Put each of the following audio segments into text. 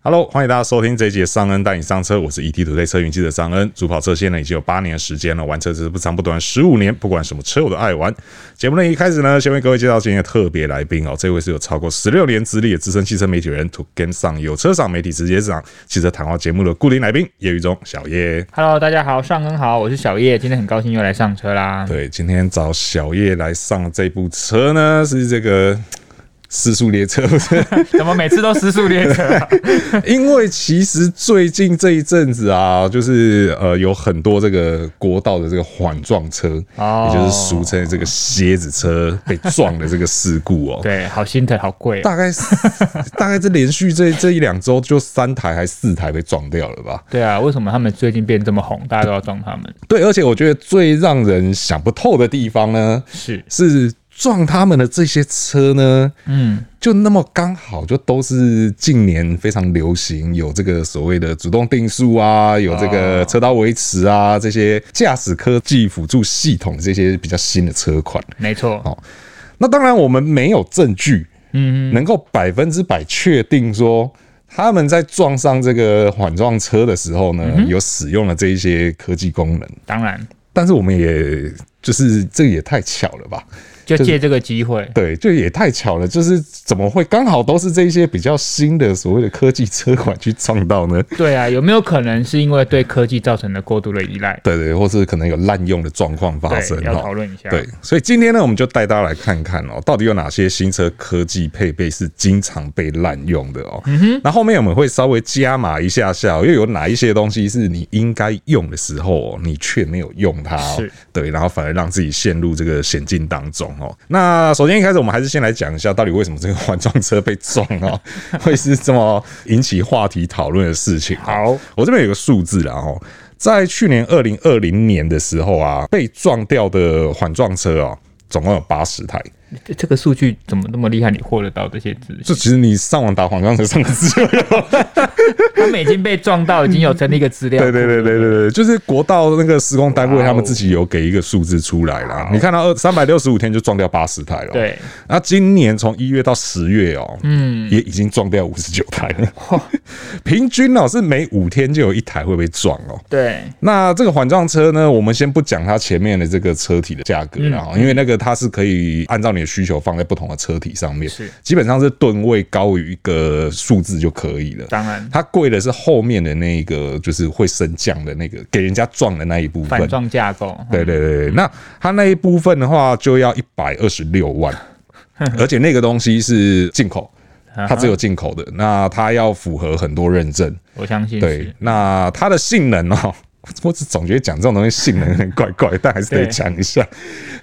Hello，欢迎大家收听这一集的尚恩带你上车，我是 E ET 土 o 车云记者尚恩。主跑车线呢已经有八年的时间了，玩车只是不长不短十五年，不管什么车我都爱玩。节目呢一开始呢，先为各位介绍今天的特别来宾哦，这位是有超过十六年资历的资深汽车媒体人，To Game 上有车赏媒体直接上汽车谈话节目的固定来宾叶宇中小叶。 Hello，大家好，上恩好，我是小叶，今天很高兴又来上车啦。对，今天找小叶来上这部车呢是这个四速列车，不是？ 怎么每次都失速列车、啊？因为其实最近这一阵子啊，就是呃有很多这个国道的这个缓撞车，哦也就是俗称的这个蝎子车被撞的这个事故哦。 对，好心疼，好贵、哦。大 概大概这连续这这一两周就三台还四台被撞掉了吧？对啊，为什么他们最近变这么红？大家都要撞他们？对，而且我觉得最让人想不透的地方呢，是，是撞他们的这些车呢，嗯，就那么刚好，就都是近年非常流行有这个所谓的主动定速啊，有这哦个车道维持啊，这些驾驶科技辅助系统这些比较新的车款。没错。好那当然，我们没有证据，嗯，能够百分之百确定说他们在撞上这个缓撞车的时候呢，嗯有使用了这一些科技功能。当然，但是我们也就是这也太巧了吧？就借这个机会。对，就也太巧了，就是怎么会刚好都是这些比较新的所谓的科技车款去撞到呢？对啊，有没有可能是因为对科技造成的过度的依赖？对对，或是可能有滥用的状况发生哦对，要讨哈。论一下。对，，所以今天呢，我们就带大家来看看哦，到底有哪些新车科技配备是经常被滥用的哦。嗯那后面我们会稍微加码一下下哦、又有哪一些东西是你应该用的时候、哦，你却没有用它、哦是，对，然后反而让自己陷入这个险境当中哦。那首先一开始，我们还是先来讲一下，到底为什么这个 缓撞车被撞哦，会是这么引起话题讨论的事情、哦。好，我这边有个数字啦哦，在去年二零二零年的时候啊，被撞掉的缓撞车哦，总共有八十台。这这个数据怎么那么厉害？你获得到这些资这 讯？其实你上网打缓撞车三个字就有。他们已经被撞到，已经有成立一个 资 料。对对对对对对，就是国道那个施工单位他们自己有给一个数字出来啦。你看到二三百六十五天就撞掉八十台了。。对，那今年从一月到十月哦，嗯，也已经撞掉五十九台了。 平均哦是每五天就有一台会被撞哦。对，那这个缓撞车呢，我们先不讲它前面的这个车体的价格嗯啦，因为那个它是可以按照你的需求放在不同的车体上面是，基本上是吨位高于一个数字就可以了。当然，它贵的是后面的那一个，就是会升降的那个，给人家撞的那一部反分。撞架构。对对对，对那它那一部分的话，就要一百二十六 万，而且那个东西是进口，啊它只有进口的，那它要符合很多认证。我相信对是，。那它的性能哦， 我只总觉得讲这种东西性能有点怪怪，但还是得对讲一下。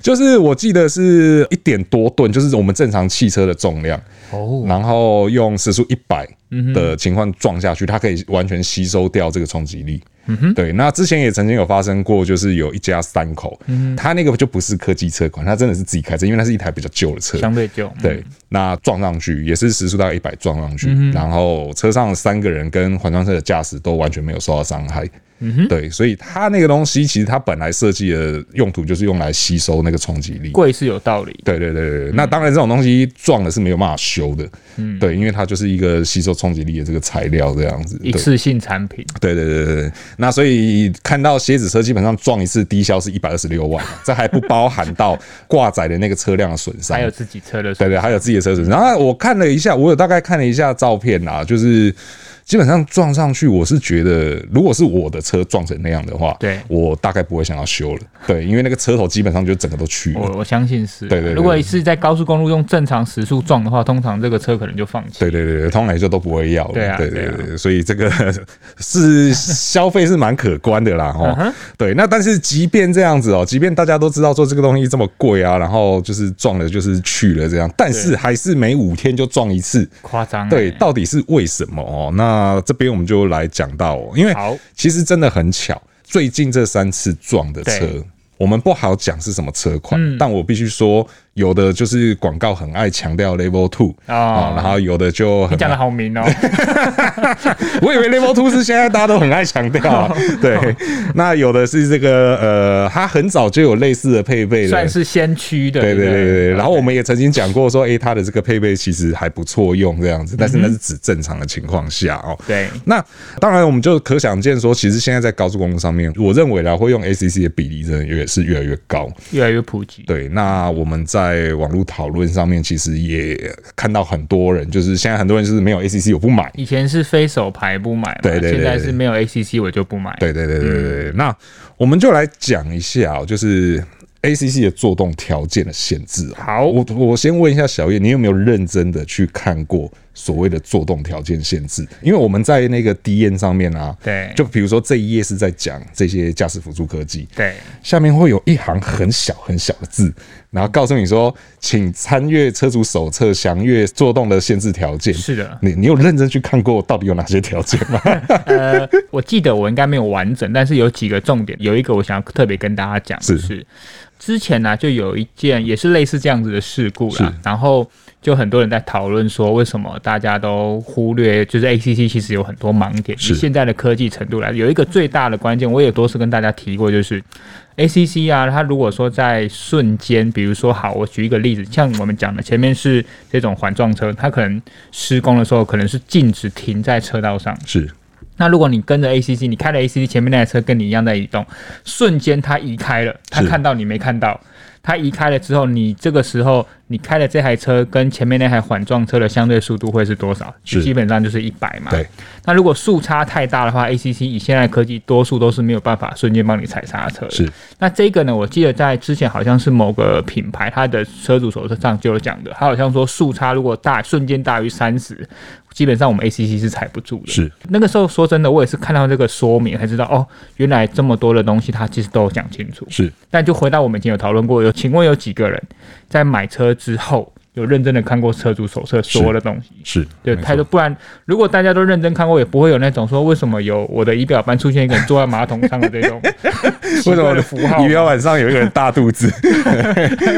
就是我记得是一点多吨，就是我们正常汽车的重量，哦，嗯然后用时速一百的情况撞下去，它可以完全吸收掉这个冲击力。嗯对，那之前也曾经有发生过，就是有一家三口，嗯他那个就不是科技车款，他真的是自己开车，因为那是一台比较旧的车，相对就，对，那撞上去也是时速大概一百撞上嗯去，然后车上三个人跟环状车的驾驶都完全没有受到伤害。嗯对，所以它那个东西其实它本来设计的用途就是用来吸收那个冲击力。贵是有道理。对对对对对，那当然这种东西撞了是没有办法修的，嗯对，因为它就是一个吸收冲击力的这个材料这样子。一对次性产品，对对对对对，那所以看到蝎子车基本上撞一次低消是一百二十六万，这还不包含到挂载的那个车辆的损伤还。有自己车的对对，还有自己的车损。然后我看了一下，我有大概看了一下照片啦，就是基本上撞上去，我是觉得如果是我的车撞成那样的话，对我大概不会想要修了。对，因为那个车头基本上就整个都去了。我我相信是。啊对对对如果是在高速公路用正常时速撞的话，通常这个车可能就放弃。对对对对，通常也就都不会要了。对啊对对啊对，所以这个是消费是蛮可观的啦，嗯哦、对，那但是即便这样子哦，即便大家都知道说这个东西这么贵啊，然后就是撞了就是去了这样，但是还是每五天就撞一次。夸张欸、对，到底是为什么哦？那这边我们就来讲到、哦，因为好其实真的很巧，最近这三次撞的车对，嗯我们不好讲是什么车款，但我必须说有的就是广告很爱强调 Level Two 哦啊，然后有的就 你很讲的 好明哦，我以为 Level Two 是现在大家都很爱强调 啊，哦对。那有的是这个呃，它很早就有类似的配备了算。是先驱的。对对不对对，然后我们也曾经讲过说，诶，它的这个配备其实还不错用这样子，但是嗯那是指正常的情况下哦。对那当然，我们就可想见说，其实现在在高速公路上面，我认为啦，会用 ACC 的比例真的也是越来越高。越来越普及。对，那我们在网络讨论上面，其实也看到很多人，就是现在很多人就是没有 ACC 我不买。以前是非手牌不买嘛，对对对现在是没有 ACC 我就不买。对对对对对对。那我们就来讲一下、哦，就是 ACC 的做动条件的限制、哦。好我我先问一下小叶，你有没有认真的去看过所谓的做动条件限制？因为我们在那个 D N 上面啊，对就比如说这一页是在讲这些驾驶辅助科技，对下面会有一行很小很小的字，然后告诉你说，请参阅车主手册，详阅做动的限制条件。是的你你有认真去看过到底有哪些条件吗？呃，我记得我应该没有完整，但是有几个重点，有一个我想要特别跟大家讲，是就是之前呢、就有一件也是类似这样子的事故是啦，然后就很多人在讨论说，为什么大家都忽略，就是 ACC 其实有很多盲点。是以现在的科技程度来，有一个最大的关键，我也多次跟大家提过，就是 ACC 啊，它如果说在瞬间，比如说好，我举一个例子，像我们讲的前面是这种环状车，它可能施工的时候可能是禁止停在车道上。是那如果你跟着 ACC，你开了 ACC，前面那台车跟你一样在移动，瞬间它移开了，它是看到你没看到，它移开了之后，你这个时候你开的这台车跟前面那台环状车的相对速度会是多少？是基本上就是一百嘛。对。那如果速差太大的话，ACC 以现在的科技，多数都是没有办法瞬间帮你踩刹车的。是那这个呢，我记得在之前好像是某个品牌它的车主手册上就有讲的，它好像说速差如果大瞬间大于三十，基本上我们 ACC 是踩不住的。是那个时候说真的，我也是看到这个说明才知道哦，原来这么多的东西它其实都有讲清楚。是但就回到我们以前有讨论过，有请问有几个人在买车之后有认真的看过车主手册说的东西？是，对，没太错多，不然如果大家都认真看过，也不会有那种说为什么有我的仪表板出现一个人坐在马桶上的这 种奇为什怪么的符号仪？表板上有一个人大肚子？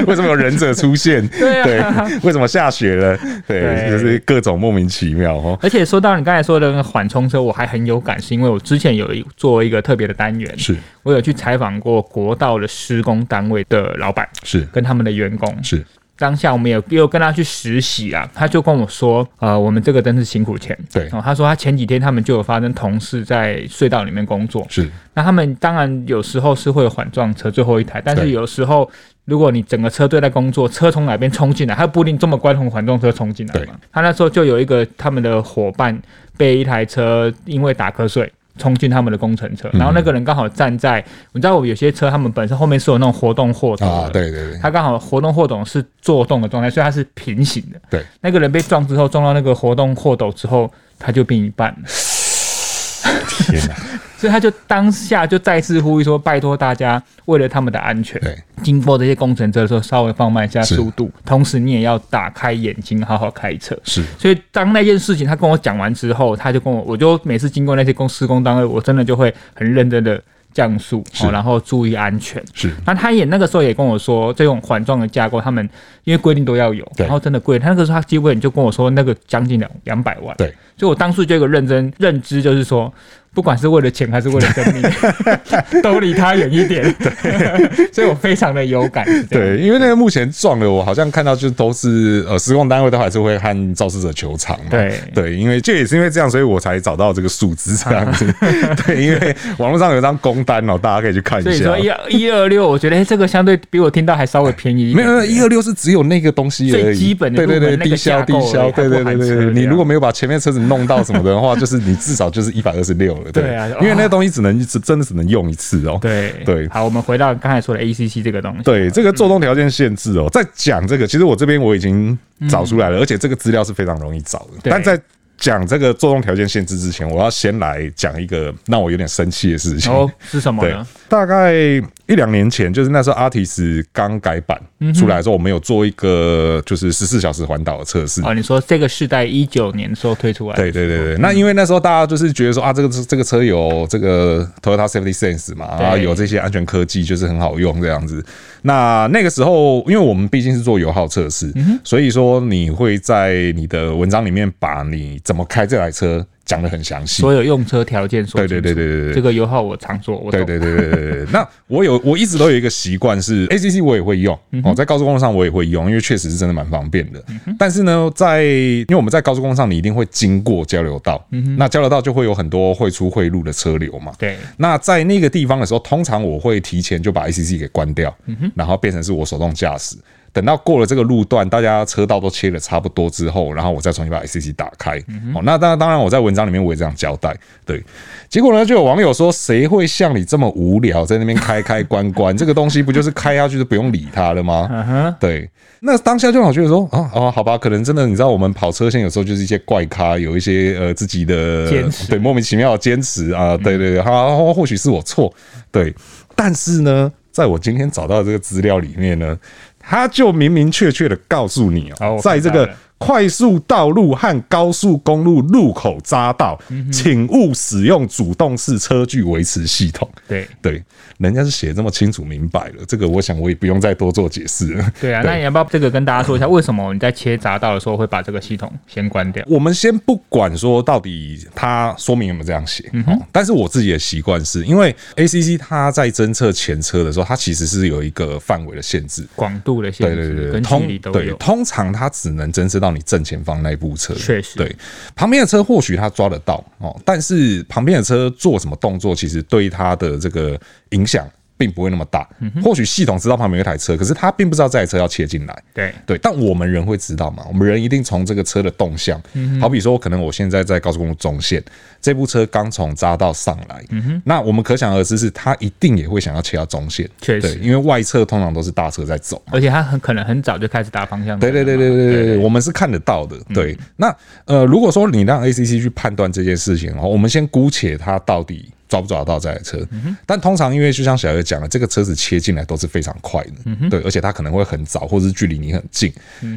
为什么有忍者出现？对啊为什么下雪了？对，对就是各种莫名其妙哦。而且说到你刚才说的那个缓冲车，我还很有感，是因为我之前有一做一个特别的单元，是我有去采访过国道的施工单位的老板是跟他们的员工，是当下我们有也有跟他去实习啊，他就跟我说，呃，我们这个真是辛苦钱。对哦，他说他前几天他们就有发生同事在隧道里面工作，是那他们当然有时候是会有缓撞车最后一台，但是对有时候如果你整个车队在工作，车从哪边冲进来，他不一定这么关红缓撞车冲进来对嘛。他那时候就有一个他们的伙伴被一台车因为打瞌睡。冲进他们的工程车，嗯然后那个人刚好站在，你知道我有些车他们本身后面是有那种活动货斗啊，的，对对对，它刚好活动货斗是做动的状态，所以它是平行的。对，那个人被撞之后，撞到那个活动货斗之后，他就变一半了，天哪，所以他就当下就再次呼吁说：拜托大家，为了他们的安全，对经过这些工程车的时候，稍微放慢一下是速度，同时你也要打开眼睛，好好开车。是所以当那件事情他跟我讲完之后，他就跟我，我就每次经过那些公施工单位，我真的就会很认真的降速，是哦，然后注意安全。是那他也那个时候也跟我说，这种环状的架构，他们因为规定都要有，对然后真的贵。他那个时候他基本就跟我说，那个将近两两百万。对，所以我当初就有一个认真认知，就是说，不管是为了钱还是为了生命， 都离他远一点。对， 所以我非常的有感。是这样，对，因啊为那个目前撞的，我好像看到就都是呃，施工单位都还是会和肇事者求偿嘛。对对，因为这也是因为这样，所以我才找到这个数字这样子。对，因为网络上有张公单哦，大家可以去看所一以下说。一一二六，我觉得、哎诶这个相对比我听到还稍微便宜一啊没点。有，一二六是只有那个东西而已，最基本的对入对门对，那低个消架低构而消，已对对对还不含啊对车对，你辆如果没有把前面车子弄到什么的话，就是你至少就是一百二十六了，啊对啊因为那个东西只能只真的只能用一次哦，对对好，我们回到刚才说的 ACC 这个东西。对，这个做动条件限制哦，在讲这个，其实我这边我已经找出来了，而且这个资料是非常容易找的。嗯对但在讲这个做动条件限制之前，我要先来讲一个让我有点生气的事情。哦，是什么对呢？，大概一两年前，就是那时候 Artis 刚改版嗯出来的时候，我们有做一个就是十四小时环岛的测试。哦，嗯你说这个世代一九年的时候推出来的对时候，对对对，那因为那时候大家就是觉得说啊，这个这个车有这个 Toyota Safety Sense 嘛，啊，对有这些安全科技，就是很好用这样子。那那个时候，因为我们毕竟是做油耗测嗯试，所以说你会在你的文章里面把你怎么开这台车讲得很详细。所有用车条件说对清楚，对对对对对这个油耗我常做，我懂对对对对对对。那我有我一直都有一个习惯是 ACC 我也会用嗯哦，在高速公路上我也会用，因为确实是真的蛮方便的。但是呢，在因为我们在高速公路上，你一定会经过交流道，嗯那交流道就会有很多会出会入的车流嘛。对那在那个地方的时候，通常我会提前就把 ACC 给关掉，然后变成是我手动驾驶。等到过了这个路段，大家车道都切的差不多之后，然后我再重新把 ACC 打开。哦，那当当然，我在文章里面我也这样交代。对，结果呢，就有网友说，谁会像你这么无聊，在那边开开关关？这个东西不就是开下去就不用理它了吗？嗯对，那当下就好觉得说，啊哦，好吧，可能真的，你知道我们跑车线有时候就是一些怪咖，有一些呃自己的坚持嗯对莫名其妙的坚持啊，对对对，好，或许是我错，对，但是呢，在我今天找到的这个资料里面呢，他就明明确确的告诉你好哦我，在这看到个了。快速道路和高速公路路口匝道，嗯请勿使用主动式车距维持系统。对对，人家是写得这么清楚明白了，这个我想我也不用再多做解释了。对啊，那你要不要这个跟大家说一下，为什么你在切匝道的时候会把这个系统先关掉？我们先不管说到底它说明有没有这样写，嗯哦但是我自己的习惯是因为 ACC 它在侦测前车的时候，它其实是有一个范围的限制。广度的限对对制对对，跟距离通都对有，通常它只能侦测到你正前方那部车，确实对旁边的车或许它抓得到哦，但是旁边的车做什么动作，其实对它的这个影响并不会那么大。嗯或许系统知道旁边有一台车，可是它并不知道这台车要切进来。对对，但我们人会知道嘛？我们人一定从这个车的动向，嗯好比说，可能我现在在高速公路中线，这部车刚从匝道上来，嗯那我们可想而知是它一定也会想要切到中线，确实对因为外侧通常都是大车在走嘛。而且它很可能很早就开始打方向对灯了对嘛。对对对对对，我们是看得到的。对，那呃，如果说你让 ACC 去判断这件事情，然后我们先姑且它到底抓不抓得到这台车。但通常因为就像小月讲的，这个车子切进来都是非常快的，对，而且它可能会很早，或者是距离你很近。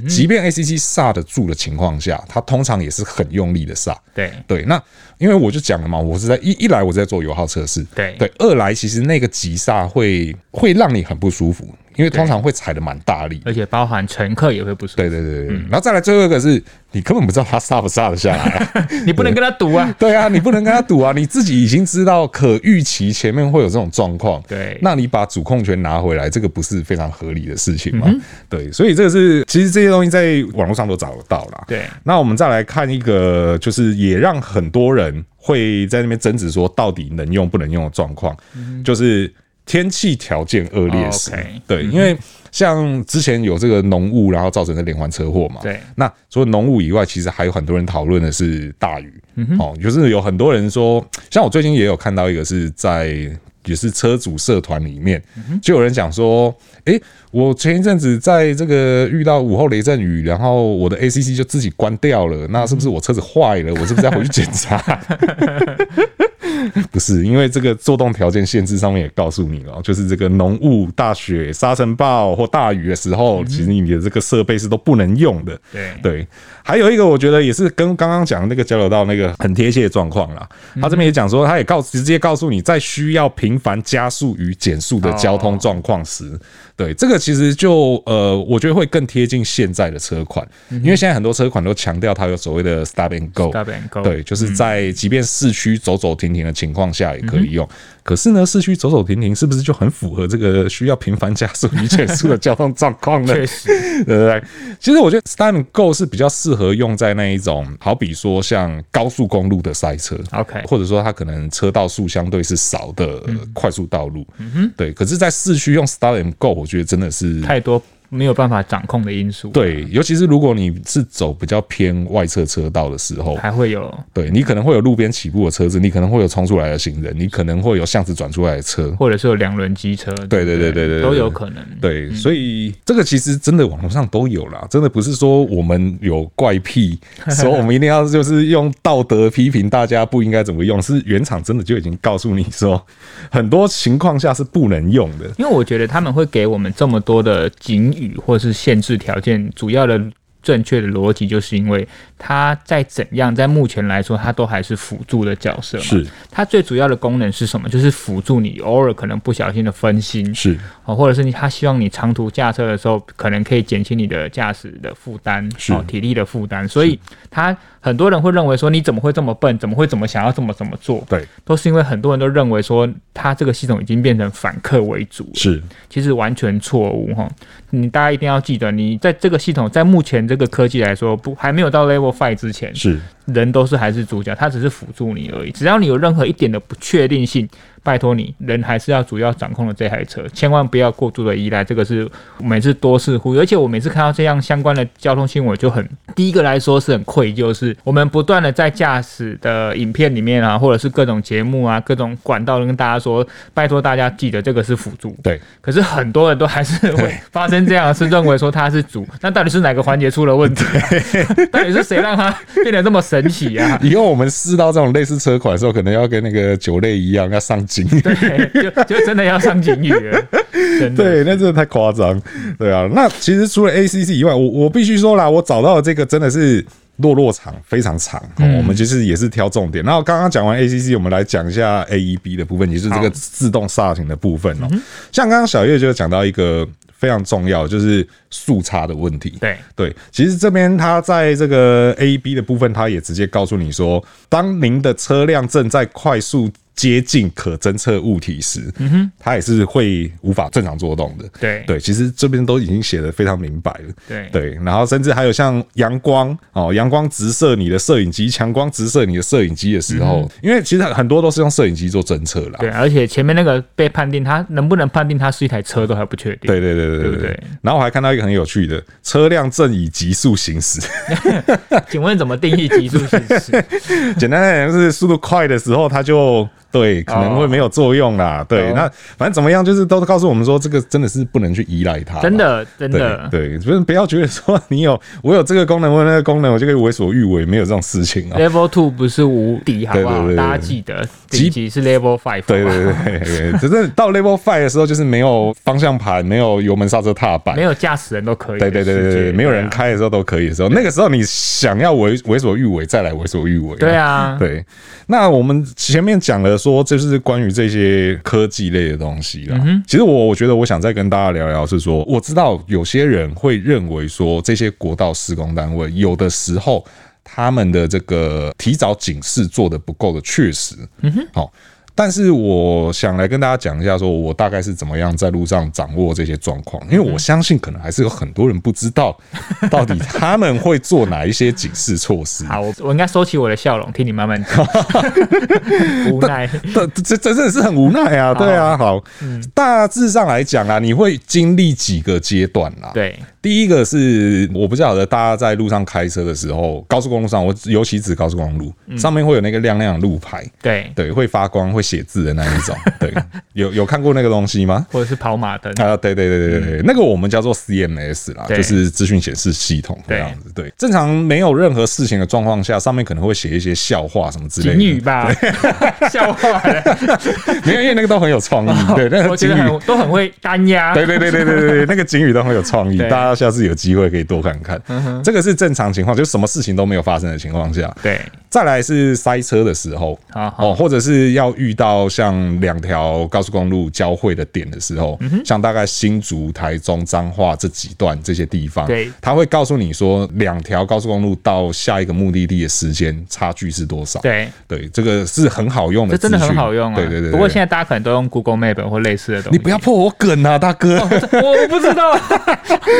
即便 ACC 刹得住的情况下，它通常也是很用力的刹。对对，那因为我就讲了嘛，我是在一一来我是在做油耗测试，对对，二来其实那个急刹会会让你很不舒服，因为通常会踩得蛮大力的。而且包含乘客也会不舒服，对对对对，对嗯然后再来最后一个是你根本不知道他刹不刹得下来、 啊。你不能跟他赌啊。对啊，你不能跟他赌啊，你自己已经知道可预期前面会有这种状况，对那你把主控权拿回来，这个不是非常合理的事情嗯吗？对，所以这个是其实这些东西在网络上都找得到啦。对那我们再来看一个，就是也让很多人会在那边争执说到底能用不能用的状况，就是天气条件恶劣时，嗯哦，OK 对，因为像之前有这个浓雾，然后造成的连环车祸嘛，对那除了浓雾以外，其实还有很多人讨论的是大雨，哦，就是有很多人说，像我最近也有看到一个是在。也是车主社团里面，就有人讲说，诶、我前一阵子在这个遇到午后雷阵雨，然后我的 ACC 就自己关掉了，那是不是我车子坏了？我是不是要回去检查？不是，因为这个作动条件限制上面也告诉你了，就是这个浓雾、大雪、沙尘暴或大雨的时候，其实你的这个设备是都不能用的。对对，还有一个我觉得也是跟刚刚讲的那个交流道那个很贴切的状况啦。他这边也讲说，他也告直接告诉你，在需要频繁加速与减速的交通状况时，对这个其实就呃，我觉得会更贴近现在的车款，因为现在很多车款都强调它有所谓的 stop and go。 Stop and go 对，就是在即便市区走走停停的情况下也可以用。可是呢，市区走走停停是不是就很符合这个需要频繁加速与减速的交通状况 呢？确实， 对对对，其实我觉得 Stop and Go 是比较适合用在那一种，好比说像高速公路的赛车 OK 或者说它可能车道数相对是少的快速道路，嗯哼，对。可是，在市区用 Stop and Go，我觉得真的是太多没有办法掌控的因素、啊，对，尤其是如果你是走比较偏外侧车道的时候，还会有对你可能会有路边起步的车子，你可能会有冲出来的行人，你可能会有巷子转出来的车，或者是有两轮机车，对对对对对对对都有可能。对，所以这个其实真的网络上都有啦，真的不是说我们有怪 癖，说我们一定要就是用道德批评大家不应该怎么用，是原厂真的就已经告诉你说，很多情况下是不能用的。因为我觉得他们会给我们这么多的警语或是限制条件，主要的正确的逻辑就是因为它在怎样，在目前来说，它都还是辅助的角色嘛。是它最主要的功能是什么？就是辅助你偶尔可能不小心的分心，是，哦，或者是你他希望你长途驾车的时候，可能可以减轻你的驾驶的负担，是哦，体力的负担。所以他很多人会认为说，你怎么会这么笨？怎么会怎么想要这么怎么做？对，都是因为很多人都认为说，他这个系统已经变成反客为主了。是其实完全错误哈。你大家一定要记得，你在这个系统，在目前这个科技来说，不还没有到 Level Five 之前，是，人都是还是主角，他只是辅助你而已。只要你有任何一点的不确定性，拜托你，人还是要主要掌控了这台车，千万不要过度的依赖。这个是我每次多次呼吁，而且我每次看到这样相关的交通新闻，我就很第一个来说是很愧疚，是我们不断的在驾驶的影片里面啊，或者是各种节目啊、各种管道跟大家说，拜托大家记得这个是辅助，对，可是很多人都还是会发生这样 的事，认为说他是主，那到底是哪个环节出了问题、啊？到底是谁让他变得这么神 奇啊？以后我们试到这种类似车款的时候，可能要跟那个酒类一样，要上警语。对，就就真的要上警语了，真的。对，那真的太夸张，对啊。那其实除了 ACC 以外，我我必须说啦，我找到的这个真的是落落场非常长、哦嗯我们就是也是挑重点。然后刚刚讲完 ACC，我们来讲一下 AEB 的部分，也就是这个好嗯自动煞停的部分哦。像刚刚小月就讲到一个非常重要，就是速差的问题。对对，其实这边它在这个 A B 的部分，它也直接告诉你说，当您的车辆正在快速接近可侦测物体时，嗯哼，它也是会无法正常做动的。对对，其实这边都已经写的非常明白了。对对，然后甚至还有像阳光哦，阳光直射你的摄影机，强光直射你的摄影机的时候，因为其实很多都是用摄影机做侦测啦。嗯对，而且前面那个被判定他能不能判定他是一台车都还不确定。对对对对对不对对。然后我还看到一个很有趣的，车辆正以极速行驶。请问怎么定义极速行 驶？简单来讲就是速度快的时候，它就对可能会没有作用啦。对，哦那反正怎么样，就是都告诉我们说，这个真的是不能去依赖它啦。真的真对的，对，不是不要觉得说你有我有这个功能，我有那个功能，我就可以为所欲为，没有这种事情啊。 Level Two 不是无敌，好不对对对好？对大家记得，基顶级是 Level Five。对对对对对，对只是到 Level Five 的时候，就是没有方向盘，没有油门刹车踏板没，有驾驶人都可以的对世界。对对对对，没有人啊。开的时候都可以的时候，那个时候你想要为为所欲为，再来为所欲为。对啊，对，那我们前面讲了说，就是关于这些科技类的东西啦。其实我我觉得我想再跟大家聊聊，是说我知道有些人会认为说，这些国道施工单位有的时候他们的这个提早警示做的不够的确实。嗯哼，好。但是我想来跟大家讲一下，说我大概是怎么样在路上掌握这些状况，因为我相信可能还是有很多人不知道到底他们会做哪一些警示措施。好，我我应该收起我的笑容，听你慢慢 讲。无奈，这这这真的是很无奈啊，对嗯啊，好，大致上来讲啊，你会经历几个阶段啦。，对，第一个是我不晓得大家在路上开车的时候，高速公路上，我尤其指高速公路、嗯上面会有那个亮亮的路牌，对，对，会发光、会写字的那 一种，对，有有看过那个东西吗？或者是跑马灯，啊，对对对对对对，那个我们叫做 CMS 啦，嗯对就是资讯显示系统这样子。对，正常没有任何事情的状况下，上面可能会写一些笑话什么之类警的语，吧，笑话了。 没有，因为那个都很有创意。 对，那我个觉警得语很都很会单压。对对对对对对对，那个警语都很有创意，大对嗯家下次有机会可以多看看。这个是正常情况，就是什么事情都没有发生的情况下。对，再来是塞车的时候，好好哦，或者是要遇到像两条高速公路交汇的点的时候，嗯像大概新竹、台中、彰化这几段这些地方，对它会告诉你说两条高速公路到下一个目的地的时间差距是多少。对，对，这个是很好用的这资真讯，的很好用啊。对对对对不过现在大家可能都用 Google Map 或类似的东 西。你不要破我梗啊，大哥。我我不知道，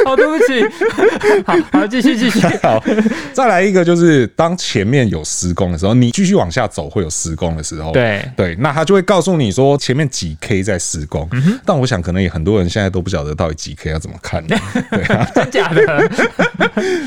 好对不起。好好，继续继 续。好，再来一个就是当前面有施工的时候，你继续往下走会有施工的时候，对对，那他就会告诉你说前面几 K 在施工，但我想可能也很多人现在都不晓得到底几 K 要怎么看，对啊，真假的？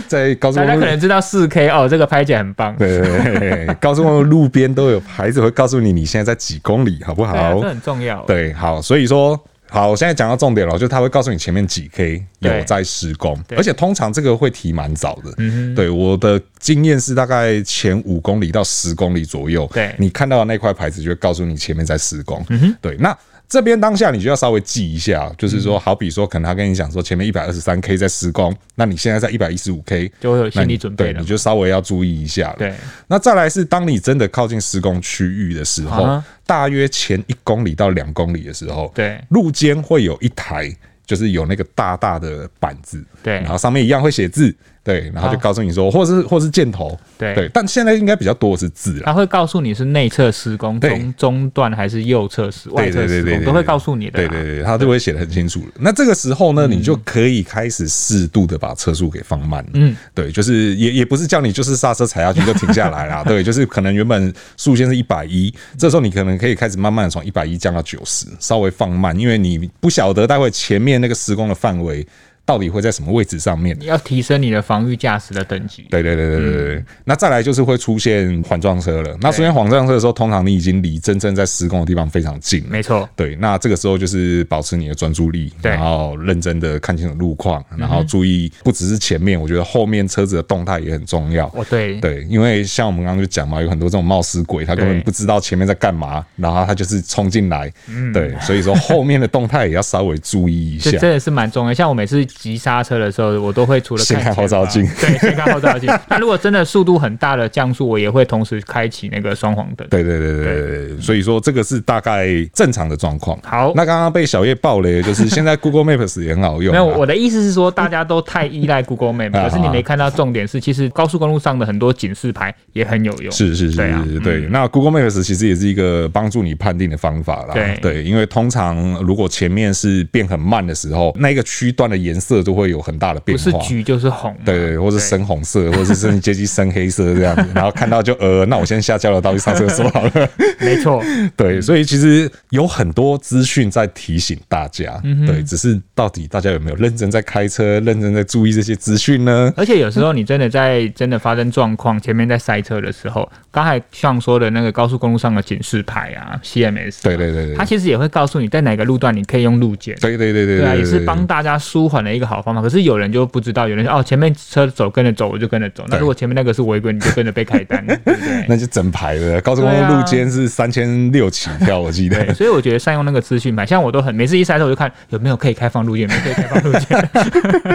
在高速大家公可路。能知道四 K 哦，这个拍起来很棒。对对对对，高速公路路边都有牌子会告诉你你现在在几公里，好不对啊好这？很重要。对，好，所以说，好，我现在讲到重点了，就是他会告诉你前面几 K 对有在施工，对嗯而且通常这个会提蛮早的。对，我的经验是大概前五公里到十公里左右，对嗯你看到的那块牌子就会告诉你前面在施工。对，那。这边当下你就要稍微记一下，就是嗯说，好比说，可能他跟你讲说前面一百二十三 K 在施工，那你现在在一百一十五 K，就会有心理准备那你了对，你就稍微要注意一下了。对，那再来是当你真的靠近施工区域的时候，啊大约前一公里到两公里的时候，对路肩会有一台。就是有那个大大的板子，对然后上面一样会写字，对，然后就啊告诉你说，或是或是箭头，对对，但现在应该比较多的是字啦，它会告诉你是内侧施工、对中中段还是右侧施、外对侧对对施对工，对，都会告诉你的对啊嗯啦。对对，他就会写的很清楚了。那这个时候呢，你就可以开始适度的把车速给放慢。嗯，对，就是也也不是叫你就是刹车踩下去就停下来 啦。对，就是可能原本速限是一百一，这时候你可能可以开始慢慢的从一百一降到九十，稍微放慢，因为你不晓得待会前面那个施工的范围到底会在什么位置上面。你要提升你的防御驾驶的等级。对对对对对对、那再来就是会出现环状车了。那出现环状车的时候，通常你已经离真正在施工的地方非常近了。没错，对，那这个时候就是保持你的专注力，对嗯然后认真的看清楚路况，然后注意不只是前面，我觉得后面车子的动态也很重要。哦对，对，因为像我们刚刚就讲嘛，有很多这种冒失鬼，他根本对不知道前面在干嘛，然后他就是冲进来，对，所以说后面的动态也要稍微注意一嗯这下。真的是蛮重要。像我每次急刹车的时候，我都会除了先看前后照镜方对，先看后照镜。 那如果真的速度很大的降速，我也会同时开启那个双黄灯。对对对对对对，所以说这个是大概正常的状况。好那刚刚被小叶爆雷，就是现在 Google Maps 也很好用、啊。没有，我的意思是说，大家都太依赖 Google Map，可啊是你没看到重点是，其实高速公路上的很多警示牌也很有用。是是是对啊是，对。那 Google Maps 其实也是一个帮助你判定的方法啦。对因为通常如果前面是变很慢的时候，那个区段的颜色都会有很大的不变是化。橘就是红嘛，啊对对，或是深红色， 或是甚至接近深黑色这样子，然后看到就呃，那我先下交流道去上厕所好 了。没错，对，所以其实有很多资讯在提醒大家，嗯对，只是到底大家有没有认真在开车，认真在注意这些资讯呢？而且有时候你真的在真的发生状况，前面在塞车的时候，刚才像说的那个高速公路上的警示牌啊，CMS，啊对对对对它其实也会告诉你在哪个路段你可以用路检。对对对对对啊，对，也是对帮大家舒缓的一个好方法。可是有人就不知道，有人说哦，前面车走跟着走，我就跟着走。那对如果前面那个是违规，你就跟着被开 单，对不对？那就整排的高速公路路肩是三千六起跳，我记啊 对，得。所以我觉得善用那个资讯牌，像我都很每次一塞车我就看有没有可以开放路线，有没有可以开放路线。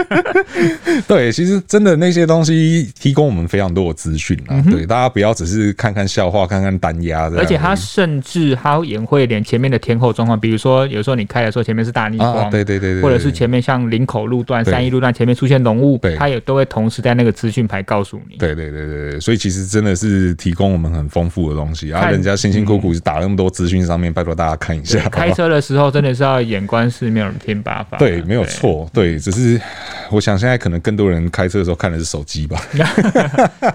对，其实真的那些东西提供我们非常多的资讯啊。对，大家不要只是看看笑话、看看单压这样嗯而且它甚至它也会连前面的天后状况，比如说有时候你开的时候前面是大逆光，啊，对对对对，或者是前面像林口路段、对三义路段前面出现浓雾对，它也都会同时在那个资讯牌告诉你。对对对对对，所以其实真的是提供我们很丰富的东西啊。看嗯人家辛辛苦苦打那么多资讯上面，拜托大家看一下，好不好开车啊的时候真的是要眼观四面，耳听八方。对，没有。错，对，只是我想现在可能更多人开车的时候看的是手机吧。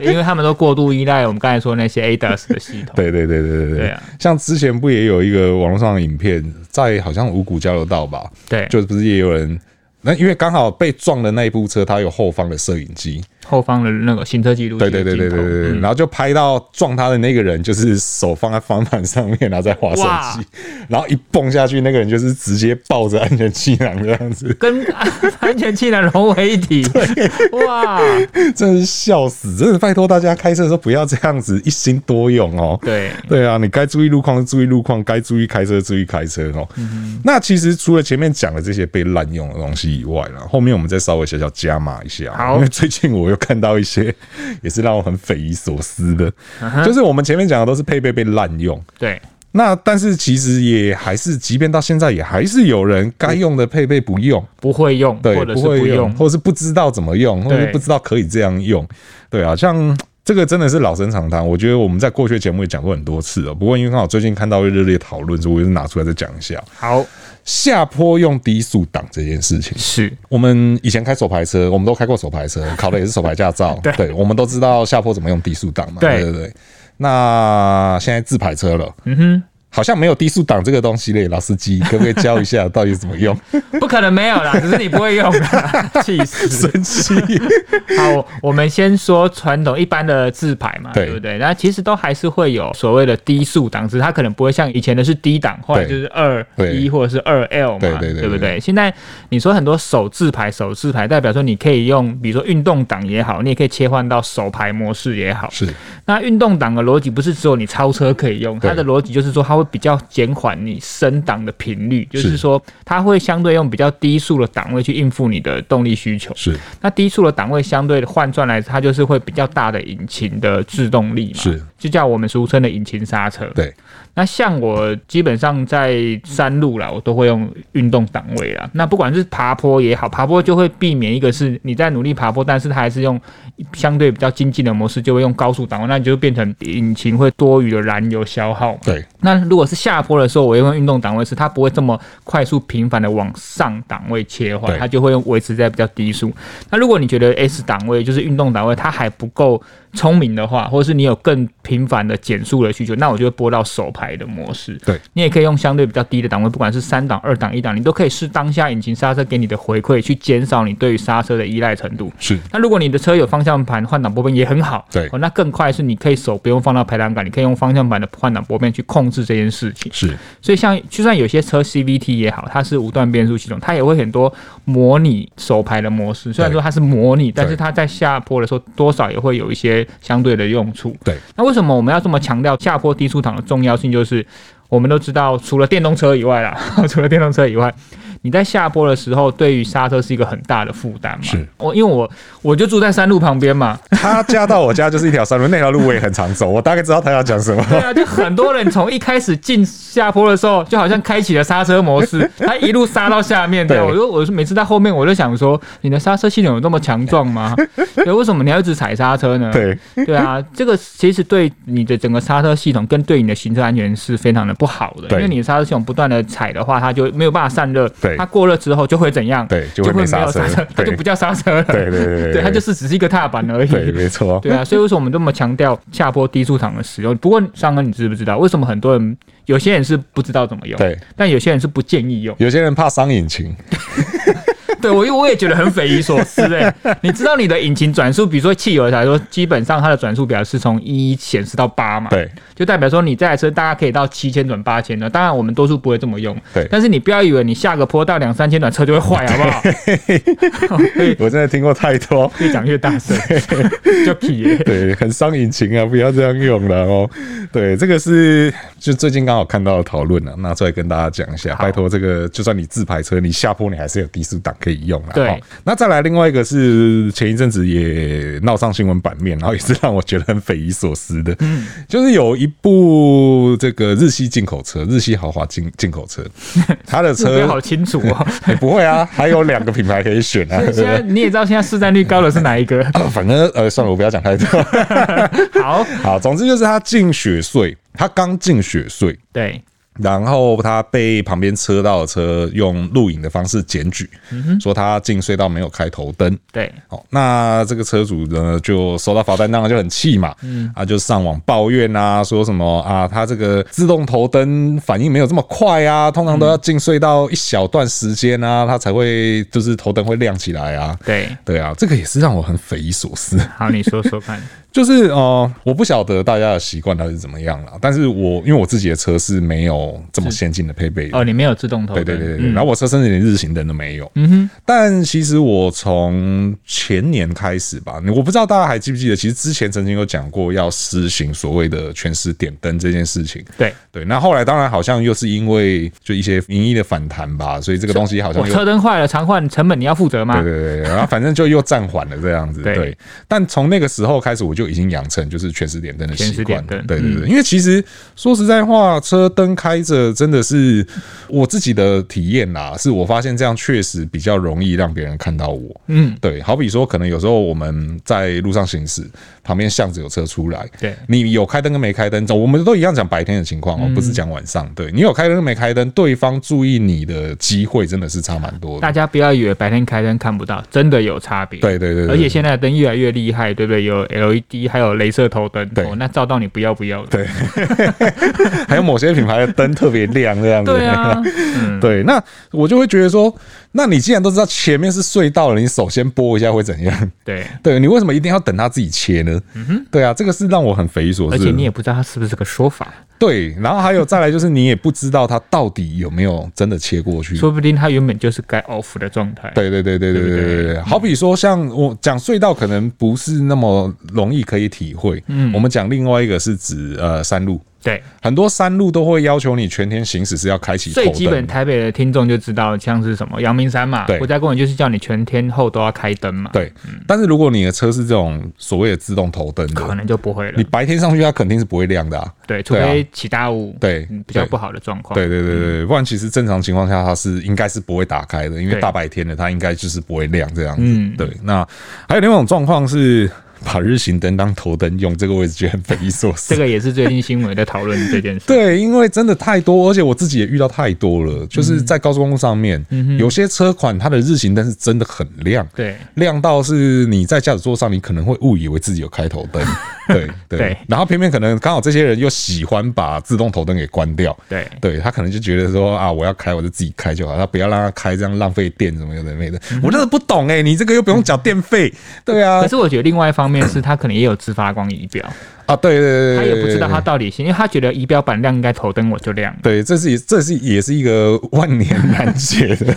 因为他们都过度依赖我们刚才说那些 ADAS 的系统。对对对对对对哦对啊像之前不也有一个网络上的影片，在好像五股交流道吧，对，就不是也有人。那因为刚好被撞的那一部车，它有后方的摄影机，后方的那个行车记录器对的对对对镜头对对对，然后就拍到撞他的那个人，就是手放在方向盘上面，然后在滑手哇机，然后一蹦下去，那个人就是直接抱着安全气囊这样子，跟安全气囊融为一 体。哇，真是笑死！真的拜托大家开车的时候不要这样子一心多用哦。对对啊，你该注意路况就注意路况，该注意开车注意开车哦。那其实除了前面讲的这些被滥用的东西以外啦，后面我们再稍微小小加码一下，哦好因为最近我又看到一些 也是让我很匪夷所思的，就是我们前面讲的都是配备被滥用。对，那但是其实也还是，即便到现在也还是有人该用的配备不用，不会用，对，或者是会不用，用。或是不知道怎么用，或者对不知道可以这样用，对啊，像这个真的是老生常谈，我觉得我们在过去的节目也讲过很多次哦。不过因为刚好最近看到热烈讨论，所以我就拿出来再讲一下好，下坡用低速挡这件事情。是我们以前开手排车，我们都开过手排车，考的也是手排驾照， 对我们都知道下坡怎么用低速挡嘛，对对对对。那现在自排车了，嗯哼，好像没有低速挡这个东西嘞，老司机可不可以教一下到底怎么 用？不可能没有啦，只是你不会用 啦，气 死！生气， 好，我们先说传统一般的自排嘛，对对不对？那其实都还是会有所谓的低速档次，它可能不会像以前的是低档，后来就是二对一或者是二 L 嘛，对对对对不对？现在你说很多手自排、手自排，代表说你可以用，比如说运动档也好，你也可以切换到手排模式也好。是那运动档的逻辑不是只有你超车可以用，对它的逻辑就是说它会比较减缓你升档的频率，就是是说它会相对用比较低速的档位去应付你的动力需求。是那低速的档位相对换算来，它就是会比较大的引擎的制动力嘛，是，就叫我们俗称的引擎刹车。对，那像我基本上在山路啦，我都会用运动档位啦。那不管是爬坡也好，爬坡就会避免一个是你在努力爬坡，但是它还是用相对比较精进的模式，就会用高速档位，那你就变成引擎会多余的燃油消耗嘛。对，那如果是下坡的时候，我用运动档位是它不会这么快速频繁的往上档位切换对，它就会用维持在比较低速。那如果你觉得 S 档位就是运动档位它还不够聪明的话，或者是你有更频繁的减速的需求，那我就会拨到手排的模式。对你也可以用相对比较低的档位，不管是三档、二档、一档，你都可以视当下引擎刹车给你的回馈，去减少你对于刹车的依赖程度。是那如果你的车有方向盘换挡拨片也很好，对哦，那更快是你可以手不用放到排挡杆，你可以用方向盘的换挡拨片去控制这件事情。是所以像就算有些车 CVT 也好，它是无段变速系统，它也会很多模拟手排的模式。虽然说它是模拟，但是它在下坡的时候多少也会有一些相对的用处。对，那为什么我们要这么强调下坡低速档的重要性？就是我们都知道，除了电动车以外啦， 除了电动车以外，你在下坡的时候，对于刹车是一个很大的负担嘛。是，我因为我我就住在山路旁 边嘛， 他家到我家就是一条山路，那条路我也很常走，我大概知道他要讲什么。对啊，就很多人从一开始进下坡的时候，就好像开启了刹车模 式，他一路刹到下面。对啊，对我就我是每次在后面，我就想说，你的刹车系统有那么强壮 吗？对，为什么你要一直踩刹车呢？对， 对啊，这个其实对你的整个刹车系统跟对你的行车安全是非常的不好的，对因为你的刹车系统不断的踩的话，它就没有办法散热，对它过热之后就会怎样？对就就会会没没刹有刹车车， 它就对不叫刹车了。对对对对 对，它就是只是一个踏板而已。对，没错， 对啊，所以为什么我们这么强调下坡低速档的使用？不过上恩，你知不知道为什么很多人有些人是不知道怎么用，对，。但有些人是不建议用有些人怕伤引擎，对我，我也觉得很匪夷所思 哎、你知道你的引擎转速，比如说汽油来说，基本上它的转速表是从一显示到八嘛，，对就代表说你这台车大概可以到七千转、八千转。当然，我们多数不会这么用，对但是你不要以为你下个坡到两三千转车就会 坏，好不好？我真的听过太多。 越讲越大 声，就皮耶、对，很伤引擎啊，不要这样用了哦。对，这个是就最近刚好看到的讨论啊，拿出来跟大家讲一下。拜托，这个就算你自排车，你下坡你还是有低速档可以用啊。对哦那再来另外一个是前一阵子也闹上新闻版面，然后也是让我觉得很匪夷所思的，嗯，就是有一部这个日系进口车，日系豪华进进口 车，它的目标车好清楚哦。也不会啊，还有两个品牌可以选 啊。对不 现在对你也知道现在市占率高的是哪一个？反正呃，算了，我不要讲太多。好， 好，总之就是他进雪隧，他刚进雪隧，对，然后他被旁边车道的车用录影的方式检举，说他进隧道没有开头灯。对，好，那这个车主呢就收到罚单，当然就很气嘛，嗯，啊就上网抱怨啊，说什么啊，他这个自动头灯反应没有这么快啊，通常都要进隧道一小段时间啊，它才会就是头灯会亮起来啊。对，对啊，这个也是让我很匪夷所思。好，你说说看。就是呃，我不晓得大家的习惯到底是怎么样啦，但是我因为我自己的车是没有这么先进的配备的，哦，你没有自动头对灯，对对对对，然后我车甚至连日行灯都没有。嗯哼，但其实我从前年开始吧，我不知道大家还记不记得，其实之前曾经有讲过要施行所谓的全时点灯这件事情。对对，那后来当然好像又是因为就一些民意的反弹吧，所以这个东西好像我又哦车灯坏了，常换成本你要负责吗？对对对，然后反正就又暂缓了这样子。啊对对，但从那个时候开始，我就已经养成就是全时点灯的习全时惯点了。灯嗯对对对，因为其实说实在话，车灯开开着真的是我自己的体验啦，是我发现这样确实比较容易让别人看到我。嗯，对，好比说，可能有时候我们在路上行驶，旁边巷子有车出来，对你有开灯跟没开灯，我们都一样讲白天的情嗯况哦，不是讲晚上。对你有开灯跟没开灯，对方注意你的机会真的是差蛮多的大。家不要以为白天开灯看不到，真的有差别。对对对对，而且现在的灯越来越厉害，对不对？有 LED，还有镭射头灯，对哦，那照到你不要不要的。还有某些品牌的灯特别亮这样子。对啊， 对，那我就会觉得说，那你既然都知道前面是隧道了，你首先拨一下会怎样？ 对，对你为什么一定要等他自己切呢？对啊，这个是让我很匪夷所嗯而思的。且你也不知道它是不是个说法，对，然后还有再来就是你也不知道他到底有没有真的切过去。说不定它原本就是该 off 的状态。嗯对对对对对对对对对，好比说像我讲隧道，可能不是那么容易可以体会。嗯，我们讲另外一个是指呃山路，对，很多山路都会要求你全天行驶是要开启最头基本灯。台北的听众就知道，像是什么阳明山嘛对，国家公园就是叫你全天候都要开灯嘛，对，但是如果你的车是这种所谓的自动头灯嗯可的，能就哦不会了你。白天上去它肯定是不会亮的啊。对，除对啊非起大雾，对嗯比较对不好的状况。对对对对，不然其实正常情况下它是应该是不会打开的，因为嗯对大白天的它应该就是不会亮这样子嗯。对，那还有另外一种状况是把日行灯当头灯用，这个我也是觉得很匪夷所思这。个也是最近新闻在讨论这件事。对，因为真的太多，而且我自己也遇到太多了。就是嗯在高速公路上面，有些车款它的日行灯是真的很亮，对亮到是你在驾驶座上，你可能会误以为自己有开头 灯。对对对，然后偏偏可能刚好这些人又喜欢把自动头灯给关掉，对对他可能就觉得说啊，我要开我就自己开就好，他不要让他开，这样浪费电什么有的没的。我真的不懂哎、你这个又不用缴电费，对啊嗯可，是我觉得另外一方面是他可能也有自发光仪表，啊对对对对，他也不知道对他到底是，因为他觉得仪表板亮应该头灯我就亮了。对，这是这是也是一个万年难解 的，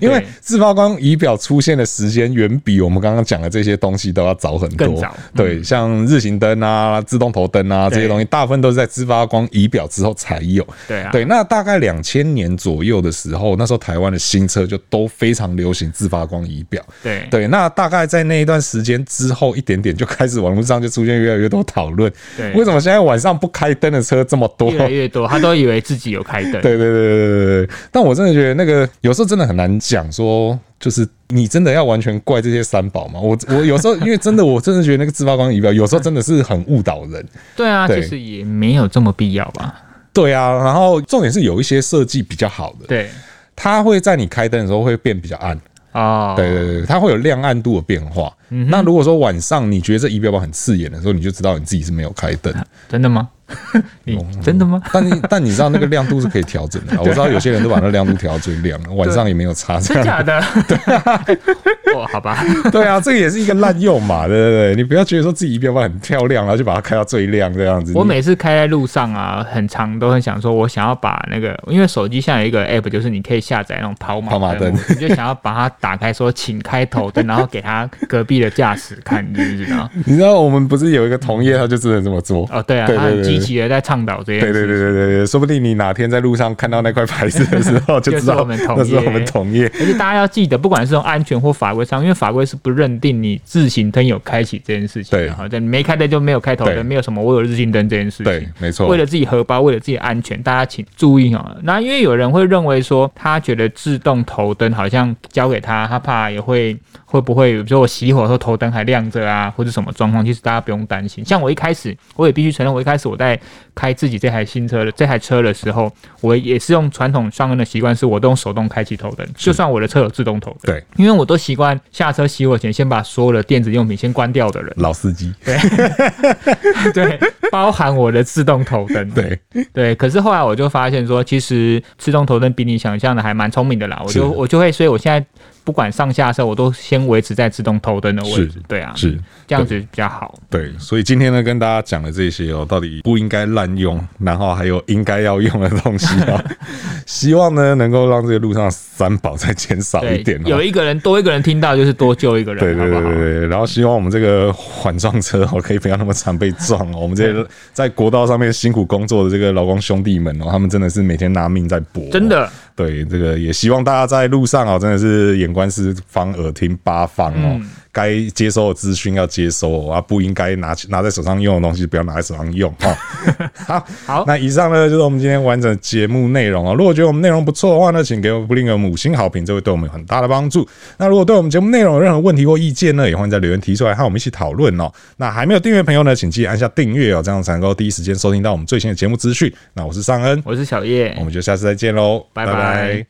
因为对自发光仪表出现的时间远比我们刚刚讲的这些东西都要早很多。更早嗯对，像日行灯啊、自动头灯啊这对些东西，大部分都是在自发光仪表之后才有。对啊对，那大概两千年左右的时候，那时候台湾的新车就都非常流行自发光仪表。对对，那大概在那一段时间之后一点点，就开始网络上就出现越来越多讨论，对为什么现在晚上不开灯的车这么多？越来越多，他都以为自己有开灯。对对对对对对对，但我真的觉得那个有时候真的很难讲说。就是你真的要完全怪这些三宝吗？我我有时候因为真的我真的觉得那个自发光仪表有时候真的是很误导人。对啊，对其实也没有这么必要吧？对啊，然后重点是有一些设计比较好的，对它会在你开灯的时候会变比较暗。哦，对对对，它会有亮暗度的变化。那如果说晚上你觉得这仪表板很刺眼的时候，你就知道你自己是没有开灯。真的吗？ 你哦真的吗？但你但你知道那个亮度是可以调整的啊，我知道有些人都把那亮度调到最亮，晚上也没有差。这真样假的？ 哦，好吧， 对啊，这个也是一个滥用嘛，对对对，你不要觉得说自己仪表板很漂亮，然后就把它开到最亮这样子。我你每次开在路上啊，很长都很想说，我想要把那个，因为手机现在有一个 app，就是你可以下载那种跑马跑马灯我就想要把它打开，说请开头灯，然后给他隔壁的驾驶看，你知不 知道？你知道我们不是有一个同业，他就真的这么做。哦，对啊，对他很对积对。极的在倡导这件对事。对对对对对，说不定你哪天在路上看到那块牌子的时候，就知 就是我道们同业那是我们同业。而且大家要记得，不管是从安全或法规上，因为法规是不认定你自行灯有开启这件事情对的，好，但你没开灯就没有开头对灯，没有什么我有日行灯这件事情。对，没错。为了自己荷包，为了自己的安全，大家请注意哦。那因为有人会认为说，他觉得自动头灯好像交给他，他怕也会会不会，比如说我熄火的时候头灯还亮着啊，或者什么状况，其实大家不用担心。像我一开始，我也必须承认，我一开始我在开自己这台新车的这台车的时候，我也是用传统上恩的习惯，是我都用手动开启头灯，就算我的车有自动头灯，对，因为我都习惯下车熄火前先把所有的电子用品先关掉的人， 老司机，对，包含我的自动头灯，对对，可是后来我就发现说，其实自动头灯比你想象的还蛮聪明的啦。我就是我就会，所以我现在不管上下车，我都先维持在自动头灯的位是置。对啊，是，这样子比较好。对，所以今天呢，跟大家讲的这些哦，到底不应该滥用，然后还有应该要用的东西 啊，希望呢能够让这个路上的三宝再减少一对点、，哦。有一个人多一个人听到，就是多救一个对人，好对不对好对？对，然后希望我们这个缓撞车哦，可以不要那么常被撞哦。我们这些在国道上面辛苦工作的这个劳工兄弟们哦，他们真的是每天拿命在搏，真。的，嗯对，这个也希望大家在路上哦，真的是眼观四方，耳听八方哦，该接收的资讯要接收啊，不应该拿起拿在手上用的东西不要拿在手上用 哈。好，好那以上呢就是我们今天完整的节目内容哦。如果觉得我们内容不错的话呢，请给我们 Bling 个五星好评，这会对我们有很大的帮助。那如果对我们节目内容有任何问题或意见呢，也欢迎在留言提出来，和我们一起讨论哦。那还没有订阅的朋友呢，请记得按下订阅哦，这样才能够第一时间哦收听到我们最新的节目资讯。那我是尚恩，我是小叶，我们就下次再见喽，拜拜